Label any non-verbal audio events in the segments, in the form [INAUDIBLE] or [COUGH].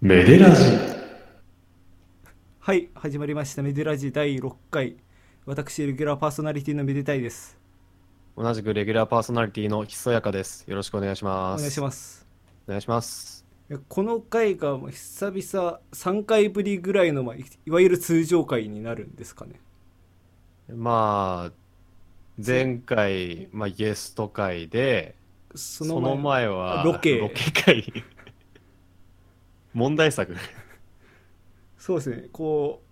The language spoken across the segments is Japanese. メデラジはい始まりましたメデラジ第6回私レギュラーパーソナリティのめでたいです同じくレギュラーパーソナリティのひそやかです。よろしくお願いしおます。願いしす。ますお願いします。いやこの回がもう久々3回ぶりぐらいの、まあ、いいわゆる通常回になるんですかねまあ、前回、まあ、ゲスト会で、そその前はロケロケ会。問題作。そうですねこ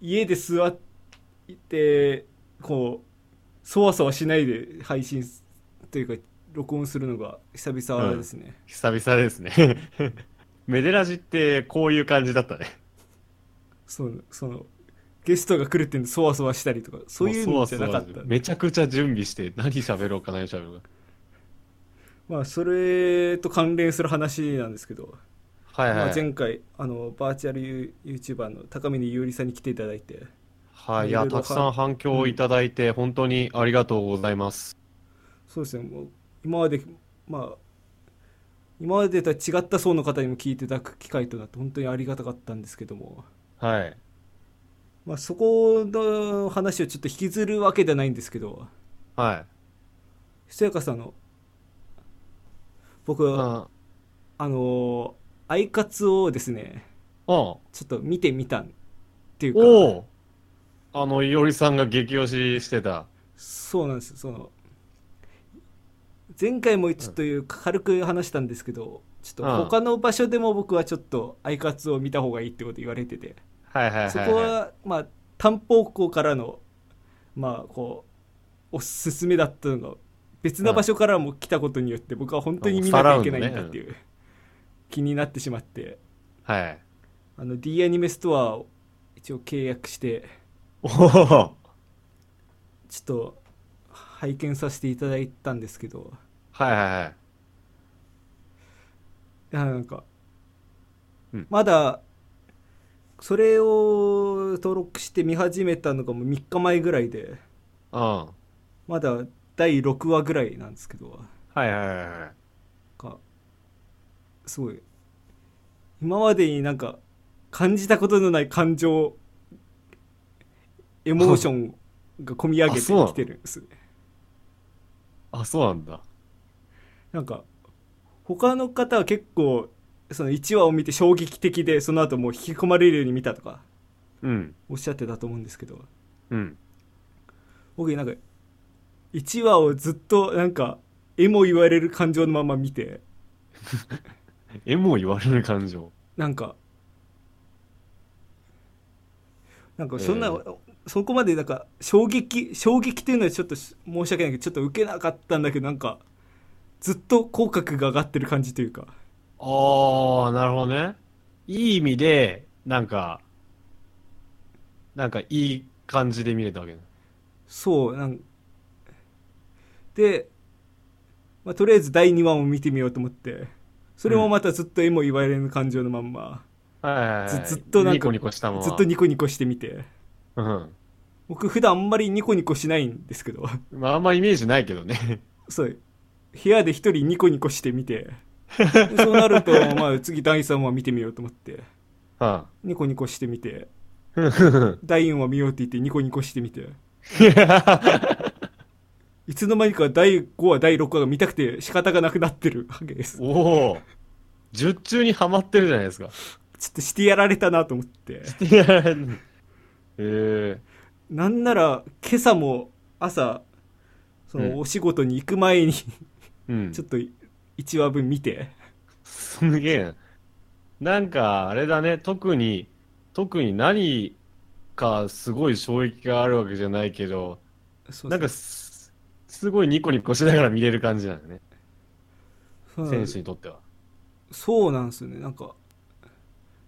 う家で座ってこうそわそわしないで配信すというか録音するのが久々ですね、久々ですね。 [LAUGHS] メデラジってこういう感じだったね。そのそのゲストが来るってんでそわそわしたりとかそういうものうじそゃわそなかわっためちゃくちゃ準備して、何喋ろうか何喋ろうか。まあそれと関連する話なんですけど、はいはい。まあ、前回あのバーチャルユー YouTuber の高峰ゆうりさんに来ていただいてはい。いいろや、いろたくさん反響をいただいて、本当にありがとうございます。そうですねもう今までまあ今までとは違った層の方にも聞いていただく機会となって本当にありがたかったんですけども、はい。まあ、そこの話をちょっと引きずるわけじゃないんですけどはい。ひそやかさんの僕ああのアイカツをですねあ。ちょっと見てみたっていうかおおあの、いおりさんが激推ししてた。そうなんですよその前回もちょっという軽く話したんですけど、ちょっうとん他の場所でも僕はちょっとアイカツを見た方がいいってこと言われてて、はいはいはい、はい。そこはまあ担保校からのまあこうおすすめだったのが別な場所からも来たことによって僕は本当に見なきゃいけないんだっていう、気になってしまってはい。あの D アニメストアを一応契約しておおちょっと拝見させていただいたんですけどはいはいはい。いやなんか、うんまだそれを登録して見始めたのがもう3日前ぐらいでうん。はまだ第6話ぐらいなんですけどいはいはいはい。かすごい今までになんか感じたことのない感情エモーションが込み上げてあそうなのきてるんですねあ、そうなんだ。なんか他の方は結構その1話を見て衝撃的でその後もう引き込まれるように見たとかうん。おっしゃってたと思うんですけどうん。僕なんか1話をずっとなんか絵も言われる感情のまま見てえ、もう言われる感情。なんかなんかそんな、えそこまでなんか衝撃衝撃っていうのはちょっとし申し訳ないけどちょっと受けなかったんだけどなんかずっと口角が上がってる感じというかああ、なるほどね。いい意味で、なんか、なんかいい感じで見れたわけだ。そうなんで、まあ、とりあえず第2話も見てみようと思ってそれもまたずっと絵も言われる感情のまんま、はいはいはい。ずずっとなんかニコニコしたまま。ずっとニコニコしてみてうん。僕普段あんまりニコニコしないんですけど [LAUGHS] まあ、あんまイメージないけどね。そう部屋で一人ニコニコしてみてでそうなるとまあ次第3話見てみようと思って [LAUGHS] うん。ニコニコしてみてふんふんふん第4話見ようって言ってニコニコしてみていつの間にか第5話第6話が見たくて仕方がなくなってるわけですおお術中にはまってるじゃないですか。ちょっとしてやられたなと思っていやええなんなら今朝も朝そうんのお仕事に行く前にちうん。ょっと1話分見てすげえな。なんか、あれだね、特に、特に何かすごい衝撃があるわけじゃないけど、そうなんかす、すごいニコニコしながら見れる感じなんだね、そう選手にとっては。そうなんですよねなんか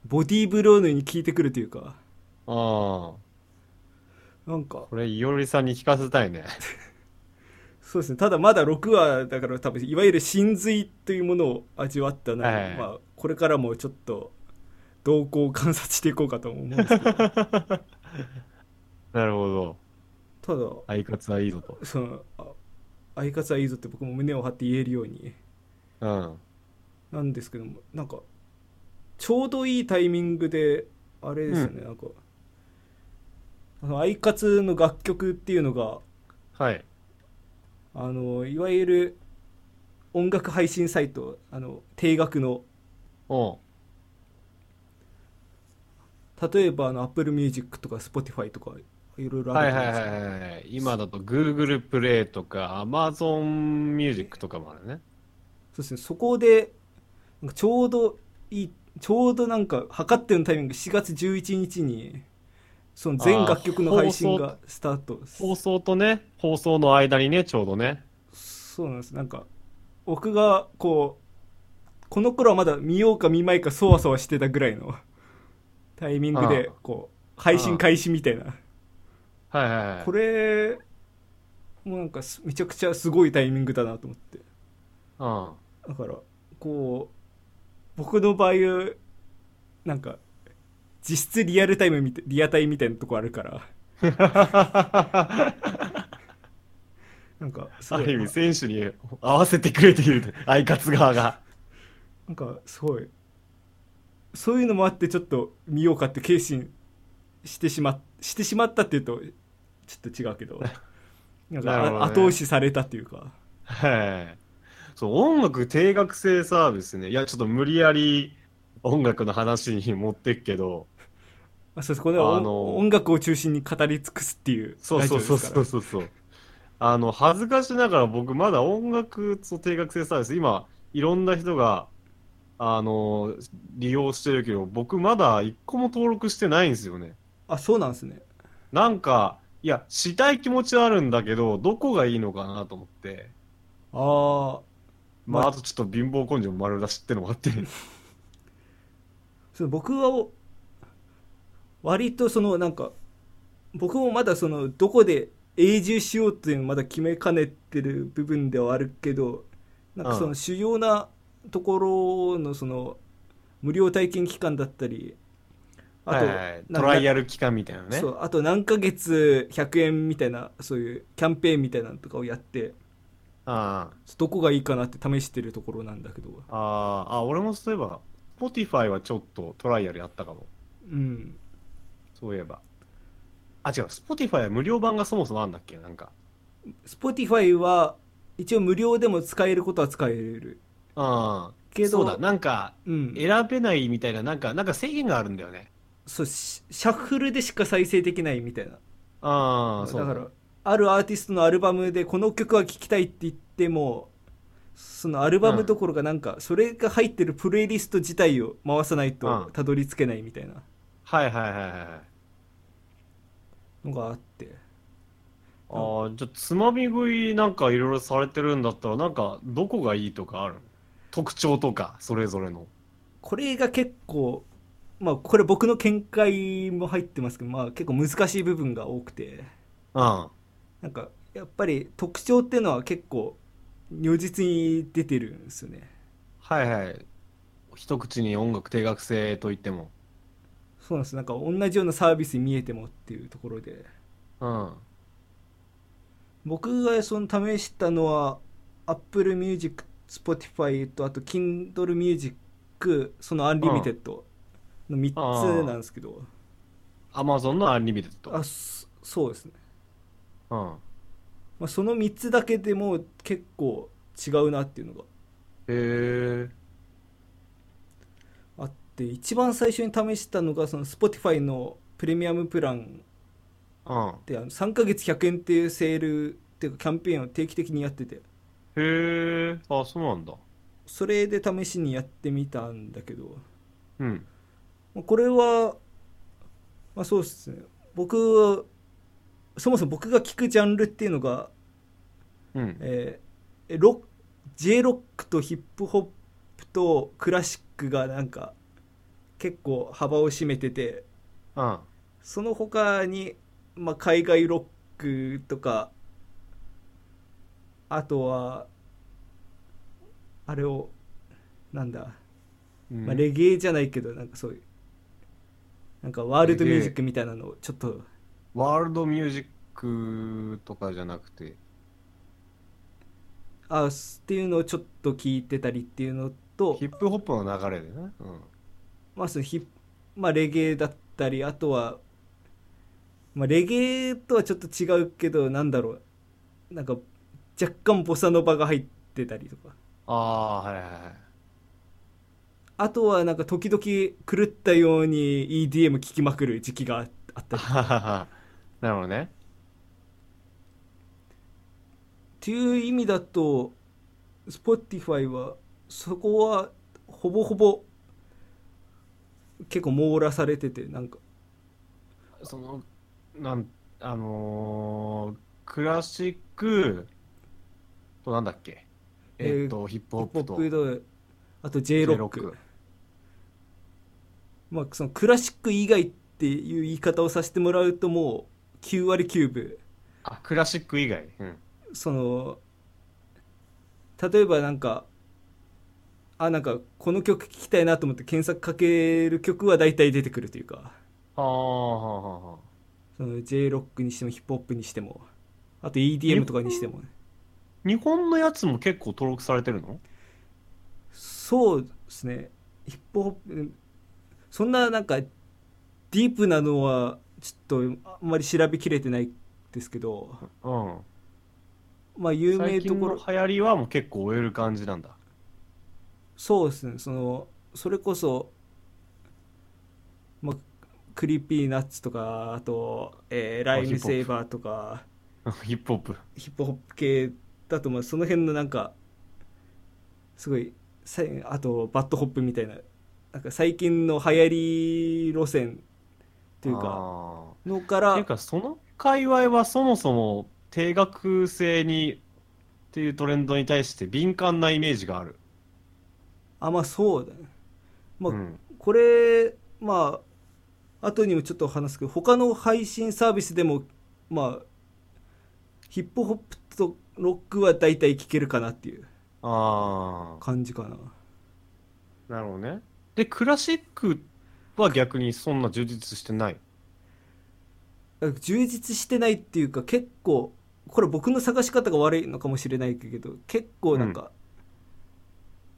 ボディーブローのように効いてくるというかああ、なんかこれ、いおりさんに聞かせたいね。 [LAUGHS] そうですねただまだ6話だから多分いわゆる真髄というものを味わったので、はいまあ、これからもちょっと動向を観察していこうかと思うんです [LAUGHS] けどただなるほど。アイカツはいいぞと。そのあ相方はいいぞって僕も胸を張って言えるようにうん。なんですけどもなんかちょうどいいタイミングであれですよね、なんかあのアイカツの楽曲っていうのがはい。あのいわゆる音楽配信サイトあの定額のおう例えばあの Apple Music とか Spotify とかいろいろあはるいとは思いうはんですけどいはい。今だと Google プレイとか Amazon Music とかもあるね。そうですねそこでなんかちょうどいいちょうどなんか測ってのタイミング4月11日にその全楽曲の配信あーがスタート放送とね、放送の間にね、ちょうどね。そうなんですなんか僕がこうこの頃はまだ見ようか見まいかそわそわしてたぐらいのタイミングであーこう配信開始みたいなはいはいはい。これもうなんかすめちゃくちゃすごいタイミングだなと思ってうん。だからこう僕の場合なんか実質リアルタイムみたいリアタイみたいなとこあるからなんか [LAUGHS] すあごるい意な味、選手に合わせてくれている、相勝側が。なんかすごいそういうのもあってちょっと見ようかって決心してしましてしまったっていうとちょっと違う [LAUGHS] けどなんかなるほどねあ後押しされたっていうかはい。そう、音楽定額制サービスね。いや、ちょっと無理やり音楽の話に持ってくけど、あそうですこれはおあの音楽を中心に語り尽くすっていうそうラジそオうですそかうらそうそうそう。あの、恥ずかしながら僕まだ音楽と定額制サービス、今、いろんな人が、あの、利用してるけど、僕まだ一個も登録してないんですよね。あそうなんですねなんか、いや、したい気持ちはあるんだけど、どこがいいのかなと思って。ああままあ、ああとちょっと貧乏根性丸出しってのもあ [LAUGHS] って。その僕はお割とそのなんか僕もまだそのどこで永住しようっていうのまだ決めかねてる部分ではあるけどなんかそうのん主要なところのその無料体験期間だったりあと、はいはいはいなんかトライアル期間みたいなね。そうあと何ヶ月100円みたいなそういうキャンペーンみたいなのとかをやってあどこがいいかなって試してるところなんだけどあああ、あ俺もそういえば、Spotify はちょっとトライアルやったかも。うんそういえば。あ、違う、Spotify は無料版がそもそもあんだっけなんか。 Spotify は一応無料でも使えることは使えるああ、けどそうだ、なんか、うん、選べないみたいな、なんか、なんか制限があるんだよね。そうシシャッフルでしか再生できないみたいなああ、だそうからあるアーティストのアルバムでこの曲は聴きたいって言ってもそのアルバムどころかなんかそれが入ってるプレイリスト自体を回さないとうんたどり着けないみたいなはいはいはいはいはい。のがあってああ、じゃあ、つまみ食いなんかいろいろされてるんだったら、なんか、どこがいいとかある特徴とか、それぞれの。これが結構まあこれ僕の見解も入ってますけど、まあ、結構難しい部分が多くてうん。なんかやっぱり特徴っていうのは結構如実に出てるんですよねはいはい。一口に音楽定額制と言っても。そうなんですなんか同じようなサービスに見えてもっていうところでうん。僕がその試したのは Apple Music、Spotify とあと Kindle Music その Unlimited の3つなんですけど、 Amazon のアンリミテッド。あそそうですね、うん。まあ、その3つだけでも結構違うなっていうのがへえ。あって一番最初に試したのがその Spotify のプレミアムプランうん。であの3ヶ月100円っていうセールっていうかキャンペーンを定期的にやっててへえ。あ、そうなんだ。それで試しにやってみたんだけどうん。まあこれは、まあ、そうですね僕はそもそも僕が聞くジャンルっていうのが、うん。えーロック J ロックとヒップホップとクラシックがなんか結構幅を占めててうん。その他に、まあ、海外ロックとかあとはあれをなんだうんまあ、レゲエじゃないけどなんかそういうなんかワールドミュージックみたいなのをちょっとワールドミュージックとかじゃなくて。あすっていうのをちょっと聞いてたりっていうのとヒップホップの流れでね。うん。まあそのヒップまあ、レゲエだったりあとは、まあ、レゲエとはちょっと違うけどなんだろうなんか若干ボサノバが入ってたりとかああーはいはいはいあとはなんか時々狂ったように EDM 聴きまくる時期がああったりっははは [LAUGHS] なるほどねていう意味だと Spotify はそこはほぼほぼ結構網羅されててなんかそのなんあのークラシックとなんだっけえーっ、と、ヒップポホッップとプとあと J ロックまあ、そのクラシック以外っていう言い方をさせてもらうともう9割9分あクラシック以外、うん、その例えばなんかあなんかこの曲聴きたいなと思って検索かける曲は大体出てくるというかはあはあはあはあその J ロックにしてもヒップホップにしてもあと EDM とかにしても、日本のやつも結構登録されてるのそうですねヒップホップうんそんななんかディープなのはちょっとあんまり調べきれてないですけどうんまあ有名最近とこのろ流行りはもう結構終える感じなんだそうですねそのそれこそ、まあ、クリーピーナッツとかあと、えーライムセーバーとか [LAUGHS] ヒップホップヒップホップ系だとまあその辺のなんかすごいさいあとバッドホップみたいななんか最近の流行り路線というかあのかーらっていうかその界隈はそもそも定額制にっていうトレンドに対して敏感なイメージがある、あまあそうだね、まあうん、これまあ後にもちょっと話すけど他の配信サービスでもまあヒップホップとロックは大体聴けるかなっていうあ感じかなあなるほどねでクラシックは逆にそんな充実してないだから充実してないっていうか結構これ僕の探し方が悪いのかもしれないけど結構なんか、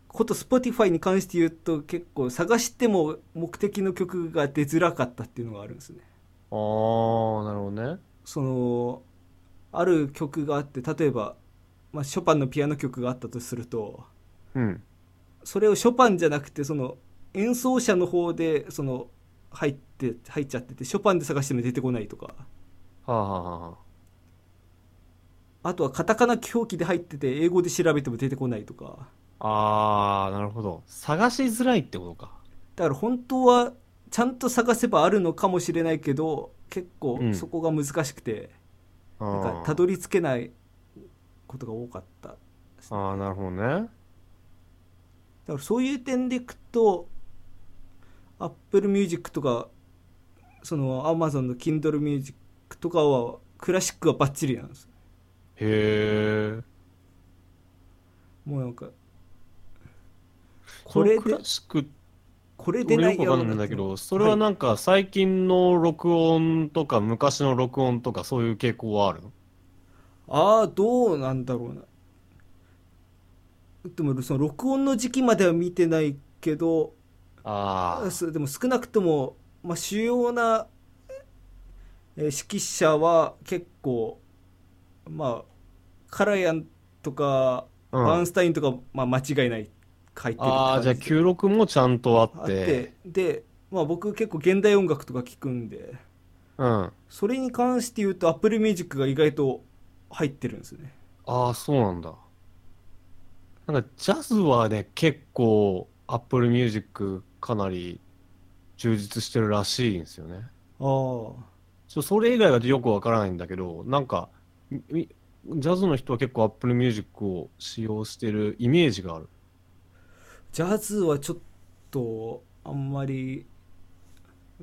こと Spotify に関して言うと結構探しても目的の曲が出づらかったっていうのがあるんですねああなるほどねそのある曲があって例えば、まあ、ショパンのピアノ曲があったとするとうんそれをショパンじゃなくてその演奏者の方でその入って入っちゃっててショパンで探しても出てこないとかはあはあはああとはカタカナ表記で入ってて英語で調べても出てこないとかあー、なるほど。探しづらいってことか。だから本当はちゃんと探せばあるのかもしれないけど結構うんそこが難しくて、あなんかたどり着けないことが多かったあー、なるほどね。だからそういう点でいくと Apple Music とかその Amazon の Kindle Music とかはクラシックはバッチリなんですへえ。もうなんかここれれクでラシックってこれでな俺いよくわかんないんだけやろうなど、ってそれははいなんか最近の録音とか昔の録音とかそういう傾向はあるのああどうなんだろうなでもその録音の時期までは見てないけどああ。そうでも少なくとも、まあ、主要なえー指揮者は結構まあカラヤンとかうんバーンスタインとか、まあ、間違いない書いてるああ、じゃあって感96もちゃんとあっじでて。あってで、まあ、僕結構現代音楽とか聞くんでうん。あそれに関して言うと Apple Music が意外と入ってるんですよねあ、そうなんだ。なんかジャズはね、結構 Apple Music かなり充実してるらしいんですよね。あちょそれ以外はよくわからないんだけど、なんか、みみジャズの人は結構 Apple Music を使用してるイメージがある。あジャズはちょっとあんまり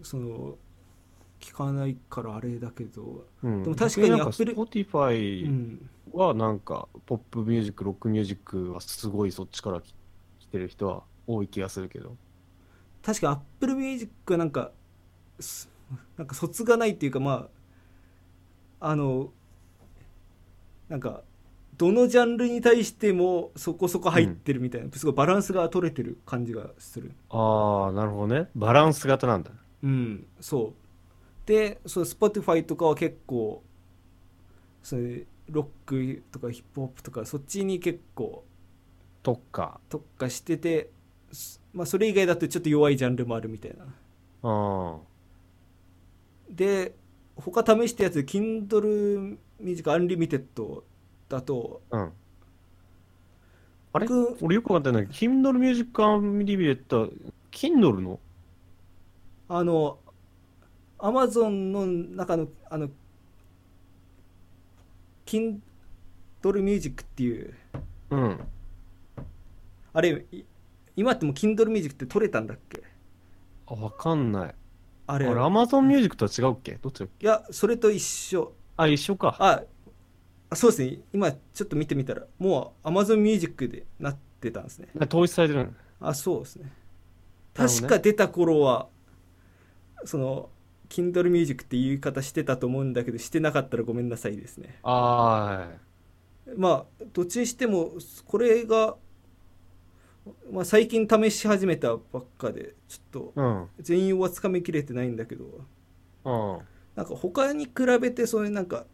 その聞かないからあれだけどうん、でも確かになんか Apple- Spotify うんはなんか、ポップミュージック、ロックミュージックはすごいそっちからき来てる人は多い気がするけど。確か Apple Music はなんかすなんか卒がないっていうかまああのなんかどのジャンルに対してもそこそこ入ってるみたいな、すごいバランスが取れてる感じがするああなるほどねバランス型なんだうんそうでその Spotify とかは結構そのロックとかヒップホップとかそっちに結構とか特化してて、すまあ、それ以外だとちょっと弱いジャンルもあるみたいなあで他試したやつ Kindle ミュージックアンリミテッドだとあうんあれ僕俺よくわかってない Kindle Music Unlimited Kindle のあの Amazon の中のあの Kindle ミュージックっていううんあれい今ってもう Kindle ミュージックって取れたんだっけあわかんないああれれ Amazon Music とは違うっけどっちだっけいやそれと一緒あ一緒かああそうですね今ちょっと見てみたらもう Amazon ミュージックでなってたんですね統一されてるんあそうですねなるほどね確か出た頃は、その Kindle Music っていう言い方してたと思うんだけどしてなかったらごめんなさいですねああまあどっちにしてもこれが、まあ、最近試し始めたばっかでちょっとうん全容はつかみきれてないんだけどうんなんか他に比べてそういうなんか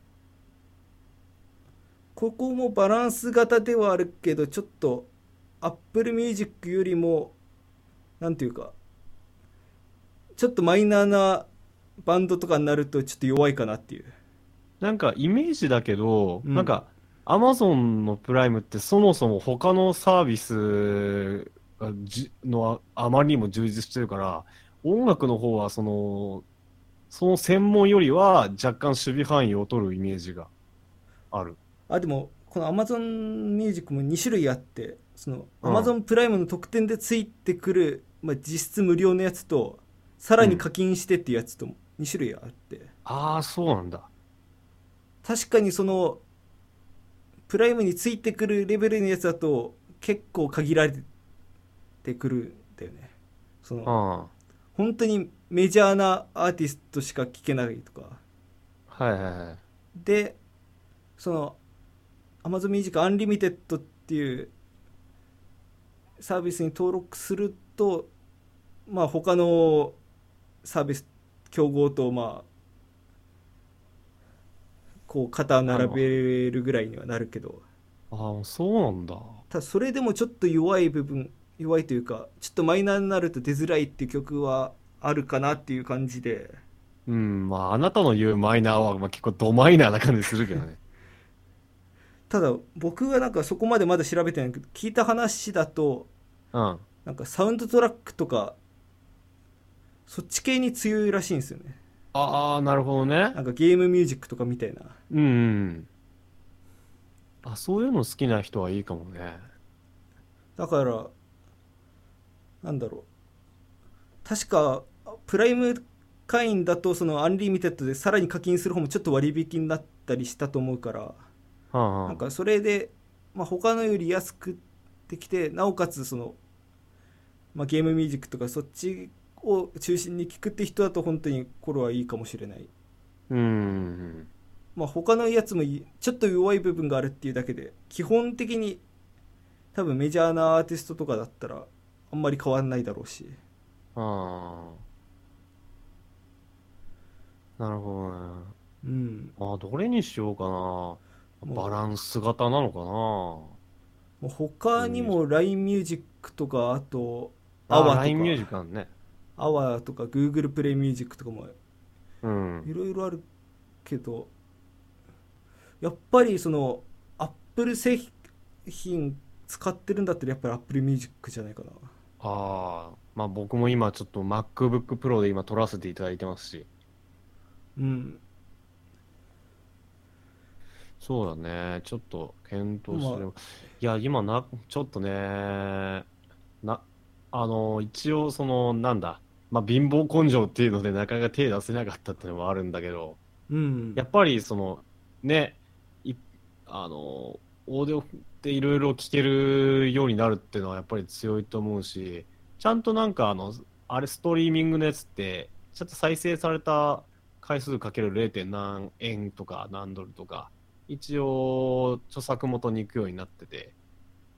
ここもバランス型ではあるけどちょっと Apple Music よりもなんていうかちょっとマイナーなバンドとかになるとちょっと弱いかなっていうなんかイメージだけど、うんなんか Amazon のプライムってそもそも他のサービスがじのああまりにも充実してるから音楽の方はそのその専門よりは若干守備範囲を取るイメージがある。あでもこの Amazon Music も2種類あってそのうん Amazon プライムの特典でついてくる、まあ、実質無料のやつとさらに課金してっていうやつと2種類あって、ああそうなんだ。確かにそのプライムについてくるレベルのやつだと結構限られてくるんだよねそあの本当にメジャーなアーティストしか聴けないとかあはいはいはい。でその Amazon Music Unlimited っていうサービスに登録するとまあ他のサービス競合とまあこう肩を並べるぐらいにはなるけどああそうなんだ。ただそれでもちょっと弱い部分弱いというかちょっとマイナーになると出づらいっていう曲はあるかなっていう感じでうんまああなたの言うマイナーは、まあ、結構ドマイナーな感じするけどね。ただ僕はなんかそこまでまだ調べてないけど聞いた話だと [LAUGHS] うん。なんかサウンドトラックとかそっち系に強いらしいんですよねああなるほどね。なんかゲームミュージックとかみたいなうんうん。あ、そういうの好きな人はいいかもね。だからなんだろう確かプライム会員だとそのアンリミテッドでさらに課金する方もちょっと割引になったりしたと思うからはあ、はなあん、かそれで、まあ、他のより安くできてなおかつその、まあ、ゲームミュージックとかそっちを中心に聞くって人だと本当にこれはいいかもしれないうんうんまあ、他のやつもいちょっと弱い部分があるっていうだけで基本的に多分メジャーなアーティストとかだったらあんまり変わんないだろうしうん。はあ。なるほどね。うんまあ、どれにしようかな。バランス型なのかもう他にも LINE ミュージックとかあとな。アワーとかラインミュージックあるね。アワーとか Google プレイミュージックとかもうん。いろいろあるけどやっぱりその Apple 製品使ってるんだったらやっぱり Apple ミュージックじゃないかなああ。まあ僕も今ちょっと MacBook Pro で今撮らせていただいてますし。うんそうだね。ちょっと検討してる。まいや、今な、ちょっとね、な、あの、一応、その、なんだ、まあ、貧乏根性っていうので、なかなか手出せなかったっていうのもあるんだけど、うんやっぱり、その、ね、い、あの、オーディオっていろいろ聞けるようになるっていうのはやっぱり強いと思うし、ちゃんとなんか、あの、あれ、ストリーミングのやつって、ちゃんと再生された回数かける 0. 何円とか何ドルとか、一応著作元に行くようになってて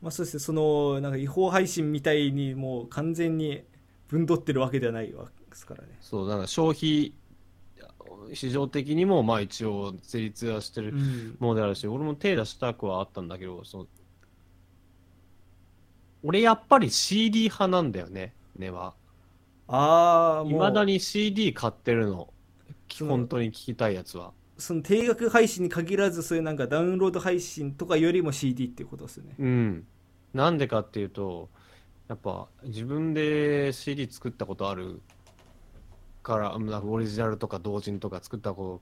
まあそうですねそのなんか違法配信みたいにもう完全に分取ってるわけではないわけですからねそうだから消費市場的にもまあ一応成立はしてるうんものであるし、俺も手出したくはあったんだけどその俺やっぱり CD 派なんだよね根はああいもまだうに CD 買ってるのその本当に聞きたいやつはその定額配信に限らずそういうなんかダウンロード配信とかよりも CD っていうことですよねうんなんでかっていうとやっぱ自分で CD 作ったことあるからうんなんかオリジナルとか同人とか作ったこ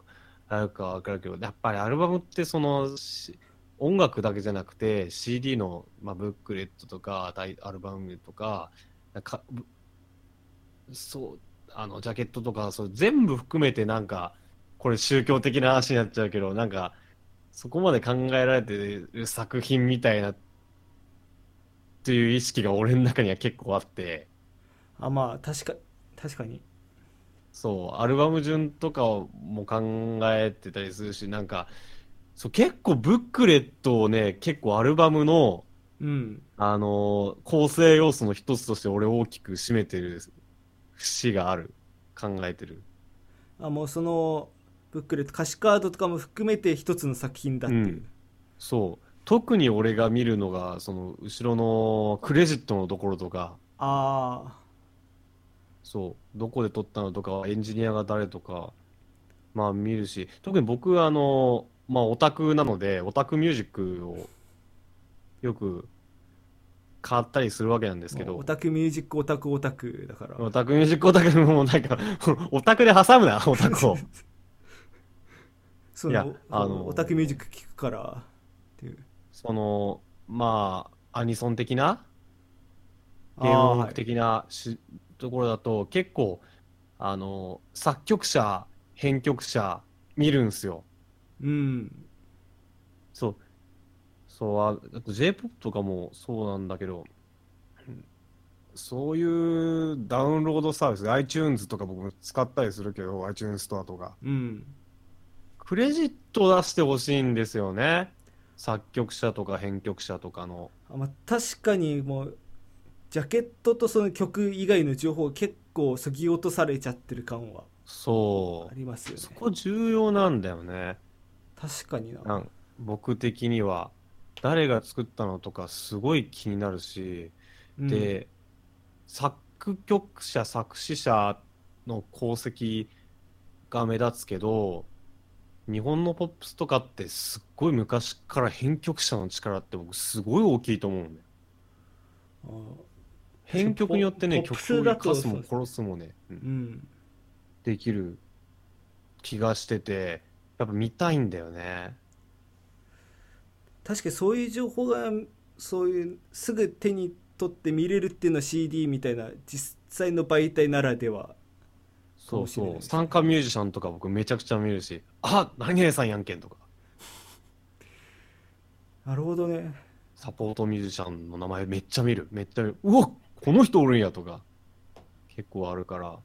とあるか分かるけどやっぱりアルバムってそのし音楽だけじゃなくて CD の、まあ、ブックレットとかタイアルバムとかなんかぶそうあのジャケットとかそう全部含めてなんかこれ宗教的な話になっちゃうけどなんかそこまで考えられてる作品みたいなっていう意識が俺の中には結構あってあまあ確か確かにそうアルバム順とかも考えてたりするしなんかそう結構ブックレットをね結構アルバムの、うんあのー構成要素の一つとして俺大きく占めてる節がある考えてるあもうそのブックレット歌詞カードとかも含めて一つの作品だっていう、うんそう特に俺が見るのがその後ろのクレジットのところとかああそう、どこで撮ったのとか、エンジニアが誰とか、まあ見るし、特に僕はあの、まあオタクなので、オタクミュージックをよく買ったりするわけなんですけもうどオ、タクミュージックオタクオタクだからオタクミュージックオタクもうなんか、 [LAUGHS] オタクで挟むな、オ [LAUGHS] タクを。そいやのあのそのオタクミュージック聞くからっていうその、まあ、アニソン的なあゲームあ音は楽い的なしところだと、結構、あの、作曲者、編曲者、見るんすよ。うんそう。そう、ああと J-POP とかもそうなんだけど、そういうダウンロードサービス、iTunes とか僕も使ったりするけど、iTunes ストアとか。うんクレジット出してほしいんですよね。作曲者とか編曲者とかの。あまあ、確かにもうジャケットとその曲以外の情報結構そぎ落とされちゃってる感はそありますよう。ねそこ重要なんだよね。確かにななん僕的には。誰が作ったのとかすごい気になるし、で、作曲者作詞者の功績が目立つけど日本のポップスとかってすっごい昔から編曲者の力って僕すごい大きいと思うねうん、あ編曲によってねポポップ曲スをだ生とかすそうもです殺すもね、ううんんできる気がしててやっぱ見たいんだよね確かにそういう情報がそういうすぐ手に取って見れるっていうのは CD みたいな実際の媒体ならではかそもうしれなそいでうすね参加ミュージシャンとか僕めちゃくちゃ見るしあ何々さんやんけんとかなるほどねサポートミュージシャンの名前めっちゃ見る。めっちゃ見る。うわこの人おるんやとか、結構あるから。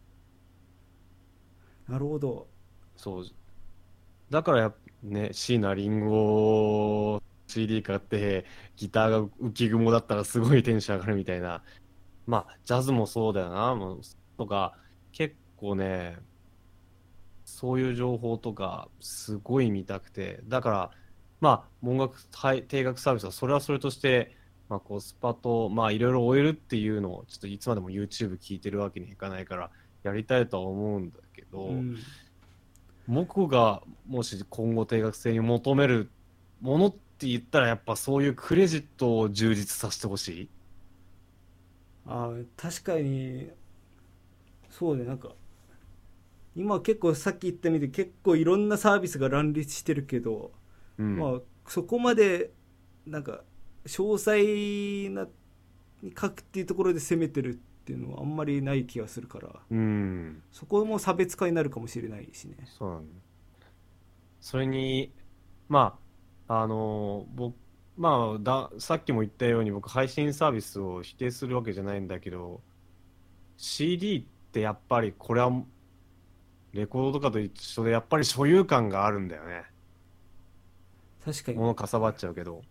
なるほどそう。だからやっぱね、椎名林檎 CD 買って、ギターが浮き雲だったらすごいテンション上がるみたいな。まあ、ジャズもそうだよな、もうとか、結構ね、そういう情報とか、すごい見たくて。だから、まあ、音楽はい定額サービスは、それはそれとして、まあ、コスパと、まあ、いろいろ終えるっていうのを、ちょっといつまでも YouTube 聞いてるわけにいかないから、やりたいとは思うんだけど、うん僕がもし今後定額制に求めるものって言ったらやっぱそういうクレジットを充実させてほしいあー確かにそうねなんか今結構さっき言ったみたいに結構いろんなサービスが乱立してるけど、うん、まあそこまでなんか詳細なに書くっていうところで攻めてるっていうのはあんまりない気がするからうんそこも差別化になるかもしれないしねそうなんだそれにまああの僕まあださっきも言ったように僕配信サービスを否定するわけじゃないんだけど CD ってやっぱりこれはレコードとかと一緒でやっぱり所有感があるんだよね確かに、物かさばっちゃうけど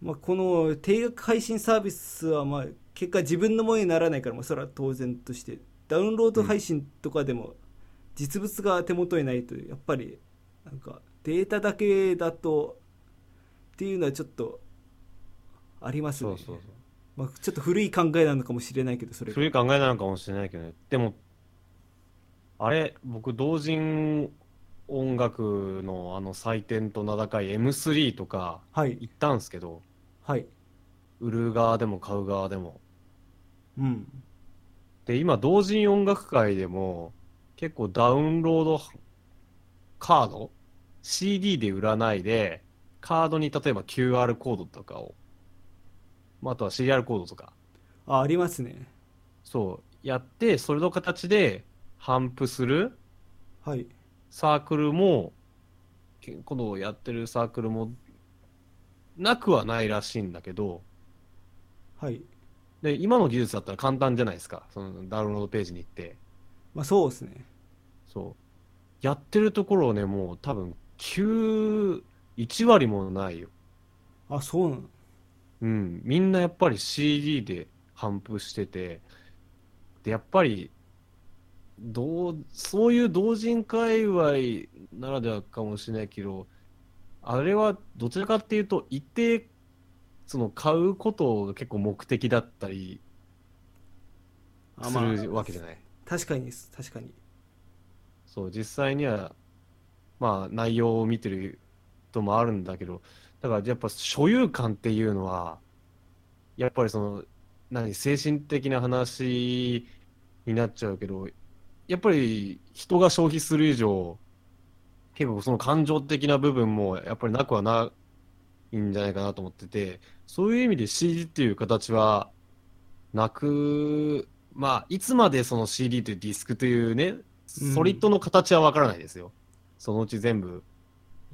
まあ、この定額配信サービスはまあ結果自分のものにならないからまあそれは当然としてダウンロード配信とかでも実物が手元にないとやっぱりなんかデータだけだとっていうのはちょっとありますねそうそうそうまあ、ちょっと古い考えなのかもしれないけどそれが古い考えなのかもしれないけどねでもあれ僕同人音楽のあの祭典と名高い M3 とかはい行ったんすけどはい売る側でも買う側でもうんで今同人音楽界でも結構ダウンロードカード CD で売らないでカードに例えば QR コードとかを、まあ、あとは CR コードとかあありますねそうやってそれの形で頒布するはいサークルもけこのやってるサークルもなくはないらしいんだけどはいで今の技術だったら簡単じゃないですかそのダウンロードページに行ってまあそうですねそうやってるところをねもう多分91割もないよあそうなのうんみんなやっぱり CD で頒布しててでやっぱりどうそういう同人界隈ならではかもしれないけどあれはどちらかっていうと一定その買うことが結構目的だったりあすまあるわけじゃない、確かにです確かにそう実際にはまあ内容を見てるともあるんだけどだからやっぱ所有感っていうのはやっぱりその何精神的な話になっちゃうけどやっぱり人が消費する以上結構その感情的な部分もやっぱりなくはないんじゃないかなと思っててそういう意味で CD っていう形はなくまあいつまでその CD というディスクというねソリッドの形はわからないですよ、そのうち全部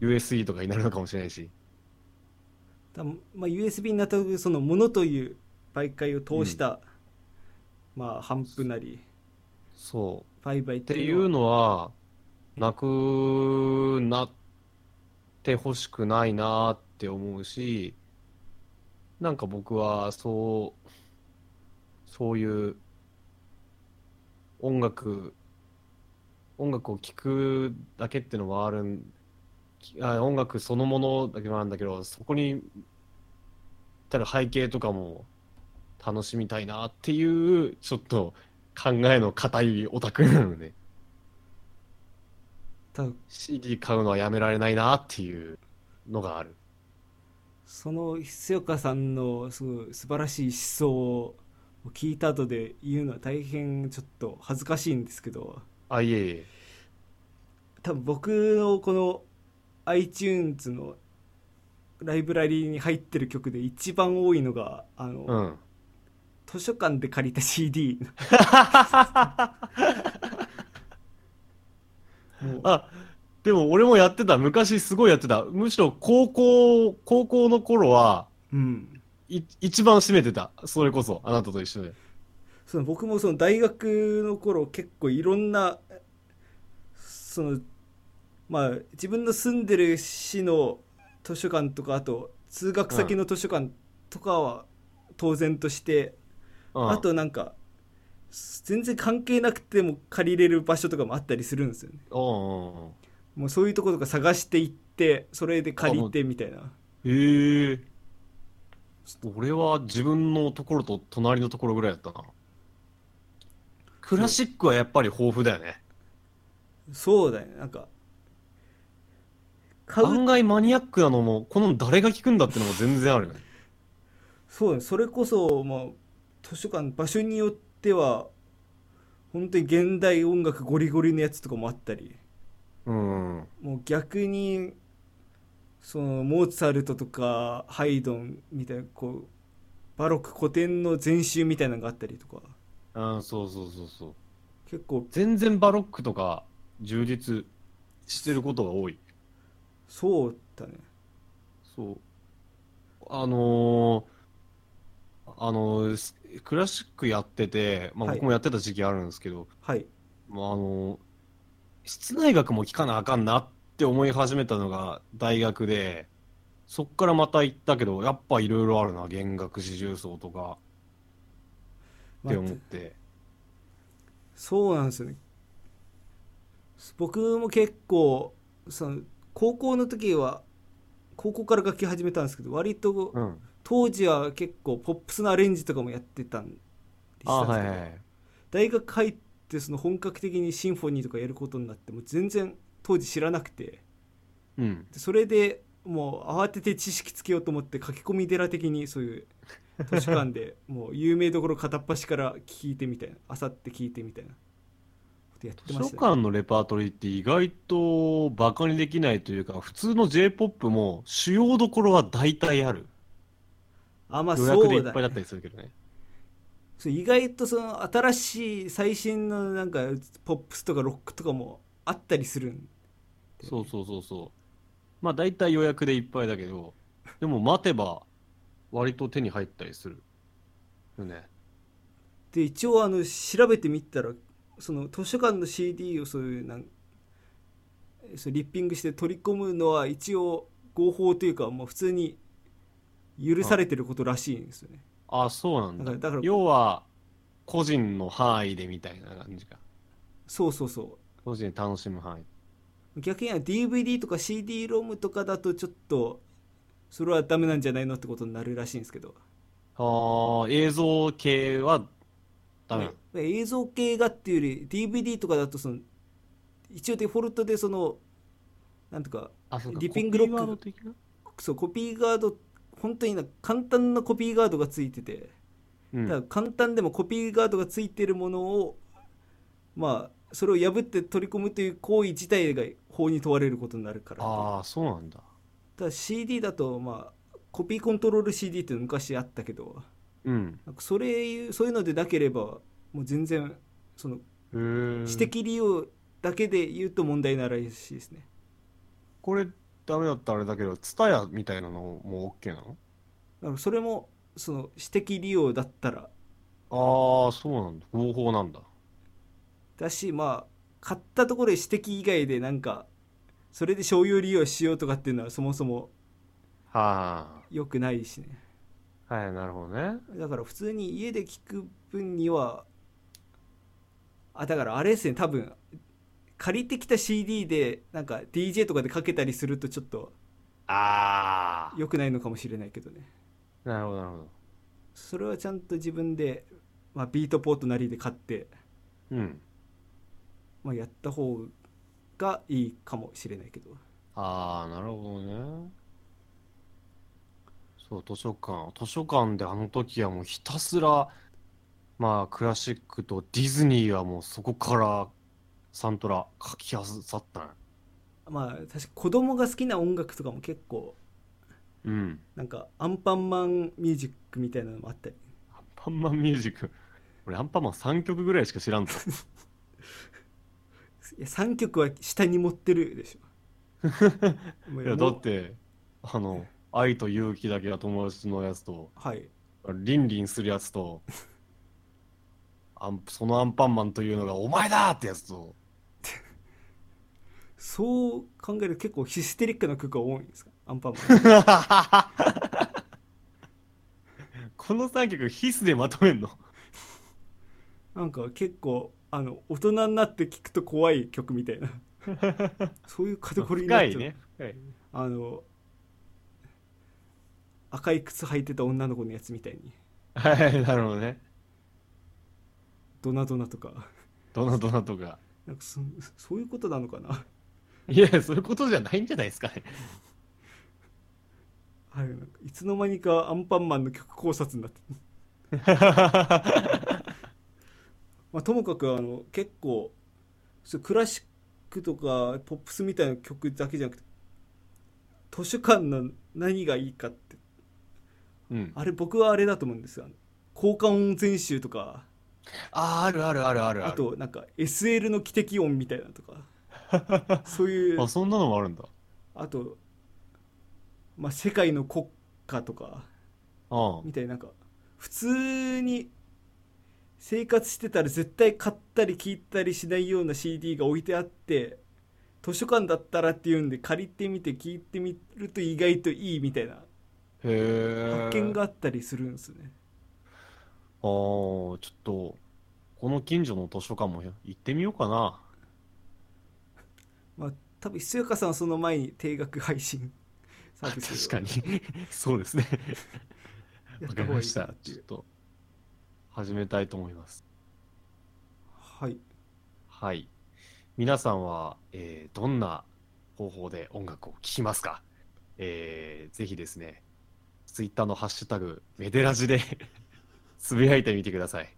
USB とかになるのかもしれないしだまあ、USB になった時そのものという媒介を通した、まあ半分なりそう売買っってていいううのはのはなくなってほしくないなって思うしなんか僕はそうそういう音楽音楽を聴くだけってのはあるんきあ音楽そのものだけなんだけどそこにたる背景とかも楽しみたいなっていうちょっと考えの固いオタクなので、ただ CD 買うのはやめられないなっていうのがある。そのひ岡さんのすごい素晴らしい思想を聞いた後で言うのは大変ちょっと恥ずかしいんですけどあ、いえいえ。多分僕のこの iTunes のライブラリーに入ってる曲で一番多いのがあの、うん。図書館で借り [LAUGHS] た CD もうあ、でも俺もやってた。昔すごいやってた。むしろ高校、高校の頃は、うんい一番占めてた。それこそ、あなたと一緒で。その僕もその大学の頃結構いろんなそのまあ自分の住んでる市の図書館とかあと通学先の図書館とかは当然として、うん、あとなんか全然関係なくても借りれる場所とかもあったりするんですよねうんうんうん。もうそういうとことか探して行ってそれで借りてみたいなへえ。俺は自分のところと隣のところぐらいだったな。クラシックはやっぱり豊富だよね。そうだよねなんか買う案外マニアックなのもこの誰が聞くんだってのも全然あるよねそうだねそれこそ、まあ、図書館場所によっては本当に現代音楽ゴリゴリのやつとかもあったりうんうんもう逆にそのモーツァルトとかハイドンみたいなこうバロック古典の全集みたいなのがあったりとかあーそうそうそうそう結構全然バロックとか充実してることが多いそうだねそうあのーあのーすクラシックやってて、まあ、はい僕もやってた時期あるんですけど、はいまああのー室内楽も聞かなあかんなって思い始めたのが大学でそっからまた行ったけどやっぱいろいろあるな弦楽四重奏とかって思ってそうなんですよね僕も結構その高校の時は高校から楽器始めたんですけど割とうん当時は結構ポップスのアレンジとかもやってたんであしたはいんですけどはいはい大学入ってその本格的にシンフォニーとかやることになってもう全然当時知らなくてうんでそれでもう慌てて知識つけようと思って書き込み寺的にそういう図書館でもう有名どころ片っ端から聞いてみたいなあさって聞いてみたいなことやって図ま書したね館のレパートリーって意外とバカにできないというか普通の J−POP も主要どころは大体あるあまあ予約でいそっうぱだいだねったりするけどねそう意外とその新しい最新のなんかポップスとかロックとかもあったりするんでそうそうそうそうまあ大体予約でいっぱいだけどでも待てば割と手に入ったりするよねで一応あの調べてみたらその図書館の CD をそういうなんそうリッピングして取り込むのは一応合法というかもう普通に許されてることらしいんですよね。あそうなんだだからだから要は個人の範囲でみたいな感じかそうそうそ個人で楽しむ範囲う。逆には DVD とか CD ロムとかだとちょっとそれはダメなんじゃないのってことになるらしいんですけどああ映像系はダメなの映像系がっていうより DVD とかだとその一応デフォルトでそのなんとかあそうかリピングロックコピーワード的なそうコピーガード本当にな簡単なコピーガードがついてて、うんだから簡単でもコピーガードがついてるものをまあそれを破って取り込むという行為自体が法に問われることになるからああそうなんだただ CD だとまあコピーコントロール CD っていうの昔あったけどうんなんかそれいうそういうのでなければもう全然そのへえ私的利用だけで言うと問題ならしいですねこれダメだったらあれだけどツタヤみたいなのも OK なのだからそれもその私的利用だったらああそうなんだ合法なんだだしまあ買ったところで指摘以外でなんかそれで商用利用しようとかっていうのはそもそもは良くないしねあはいなるほどねだから普通に家で聞く分にはあだからあれですね多分借りてきた CD でなんか DJ とかでかけたりするとちょっとあ良くないのかもしれないけどねあなるほどなるほどそれはちゃんと自分で、まあ、ビートポートなりで買って、うんまあ、やった方がいいかもしれないけどああなるほどねそう図書館図書館であの時はもうひたすらまあクラシックとディズニーはもうそこからサントラ書きあさったねまあ確か子供が好きな音楽とかも結構うんなんかアンパンマンミュージックみたいなのもあったりアンパンマンミュージック俺アンパンマン3曲ぐらいしか知らんぞいや3曲は下に持ってるでし [LAUGHS] ょもういやだっもてあの愛と勇気だけが友達のやつとうはいリンリンするやつとアンそのアンパンマンというのがお前だってやつとそう考えると結構ヒステリックな曲が多いんですかアンパンマンこの3曲ヒスでまとめんのなんか結構あの大人になって聴くと怖い曲み [LAUGHS] たいなそういうカテゴリーになっ深ちゃういね深いあの赤い靴履いてた女の子のやつみたいにはいなるほどねドナドナとかどなどなとかなんかそそういうことなのかないやそういうことじゃないんじゃないですかねはい、なんかいつの間にかアンパンマンの曲考察になってるまあともかくあの結構そうクラシックとかポップスみたいな曲だけじゃなくて図書館の何がいいかって [LAUGHS] うん、ああれ僕はあれだと思うんですよあの効果音全集とかあーあるあるあるあるああるとなんか SL の汽笛音みたいなのとか [LAUGHS] そういうあそんなのもあるんだあと、まあ、世界の国歌とかあみたいななんか普通に生活してたら絶対買ったり聞いたりしないような CD が置いてあって図書館だったらっていうんで借りてみて聞いてみると意外といいみたいなへえ発見があったりするんですね、あーちょっとこの近所の図書館も行ってみようかなまあ、多分ひそやかさんはその前に定額配信 [LAUGHS] サービス確かに [LAUGHS] そうですねやわっかりた方がまいいしかなたってちょいっうと始めたいと思いますはいはい。皆さんは、えーどんな方法で音楽を聴きますか、えーぜひですね、ツイッターのハッシュタグ、メデラジで [LAUGHS] つぶやいてみてください。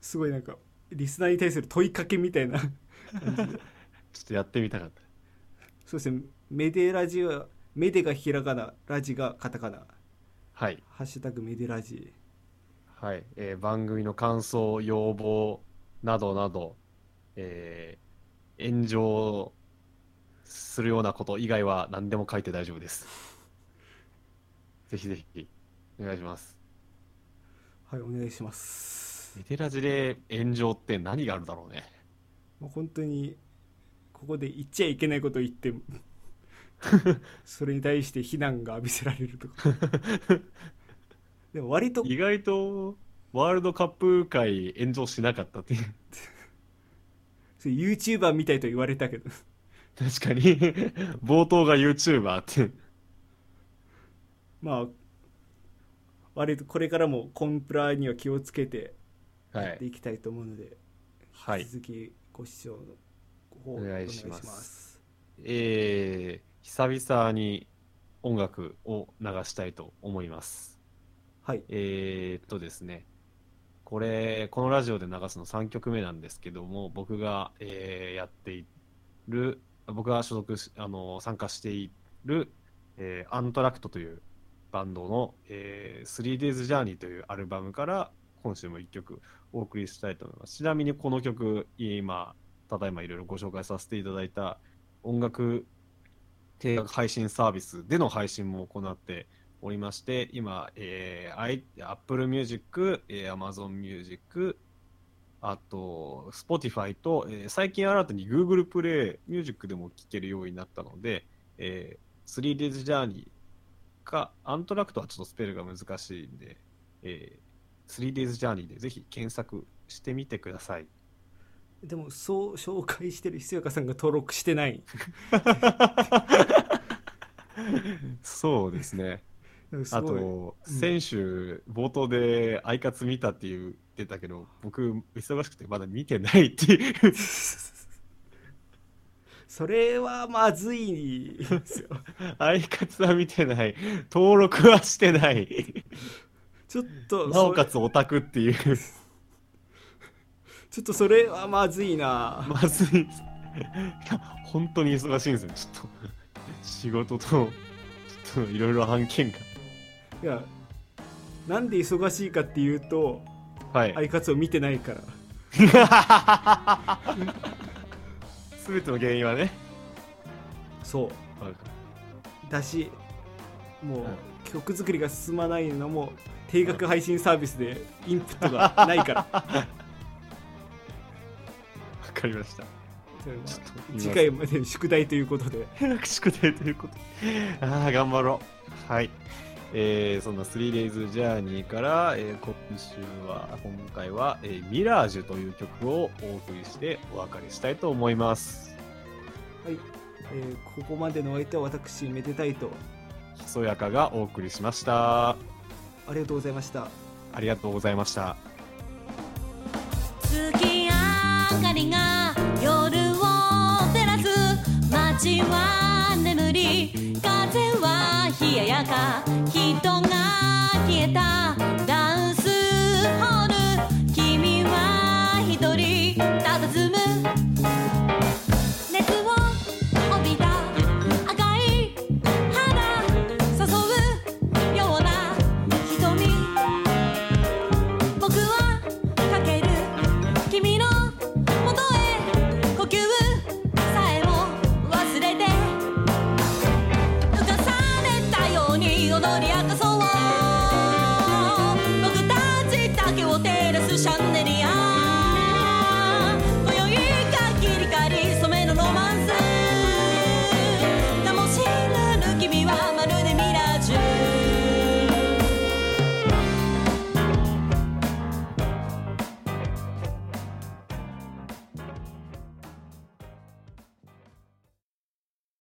すごいなんかリスナーに対する問いかけみたいな [LAUGHS] ちょっとやってみたかった。そうですねメデラジはメデがひらがなラジがカタカナはい。ハッシュタグメデラジはい。えー番組の感想、要望などなど、えー炎上するようなこと以外は何でも書いて大丈夫です。ぜひぜひ、お願いします。はいお願いしますメテラジで炎上って何があるだろうね。もう本当にここで言っちゃいけないことを言って [LAUGHS] それに対して非難が浴びせられ [LAUGHS] るとかでも割と意外とワールドカップ界炎上しなかったっていう。それ YouTuber みたいと言われたけど [LAUGHS] 確かに、冒頭が YouTuber って。まあ割とこれからもコンプラには気をつけてはやってい。いきたいと思うので、はい引き続きご視聴の方お願いしますお願いすえー、久々に音楽を流したいと思います。はいえー、っとですね、これ、このラジオで流すの3曲目なんですけども、僕が、えーやっている、僕が所属し、あの、参加している、えーアントラクトというバンドの、えー、3days journey というアルバムから、今週も1曲お送りしたいと思います。ちなみにこの曲、今、ただいまいろいろご紹介させていただいた音楽定額配信サービスでの配信も行っておりまして、今、えー、アイ Apple Music、えー Amazon Music、あと Spotify と、えー最近新たに Google Play Music でも聴けるようになったので、えー、3days journey か、アントラクトはちょっとスペルが難しいんで、えー、3days journey でぜひ検索してみてください。でもそう紹介してるひそやかさんが登録してないそうですね。なんか [LAUGHS] すあごいと、うん先週、冒頭で、アイカツ見たって言ってたけど、僕、忙しくてまだ見てないって [LAUGHS] いう。それはまずいですよ [LAUGHS] アイカツは見てない。登録はしてない。ちょっとなおかそつオタクっていう。れちょっとそれはまずいな、まずい。いや、本当に忙しいんですよ。ちょっと、仕事と、ちょっと、いろいろ案件が。いやなんで忙しいかっていうとはい。 [LAUGHS] アイカツを見てないからすべての原因はね。そうだしもう、は曲作りが進まないのも定額配信サービスでインプットがないから [LAUGHS] わかりました。というのがちょっと今次回までに宿題ということで宿題ということで [LAUGHS] ああ頑張ろうはいえー、そんな 3days journey から、えー今週は今回は、えーミラージュという曲をお送りしてお別れしたいと思いますはい、えーここまでのお相手は私めでたいとひそやかがお送りしましたあありがとうございましたりがとうございました月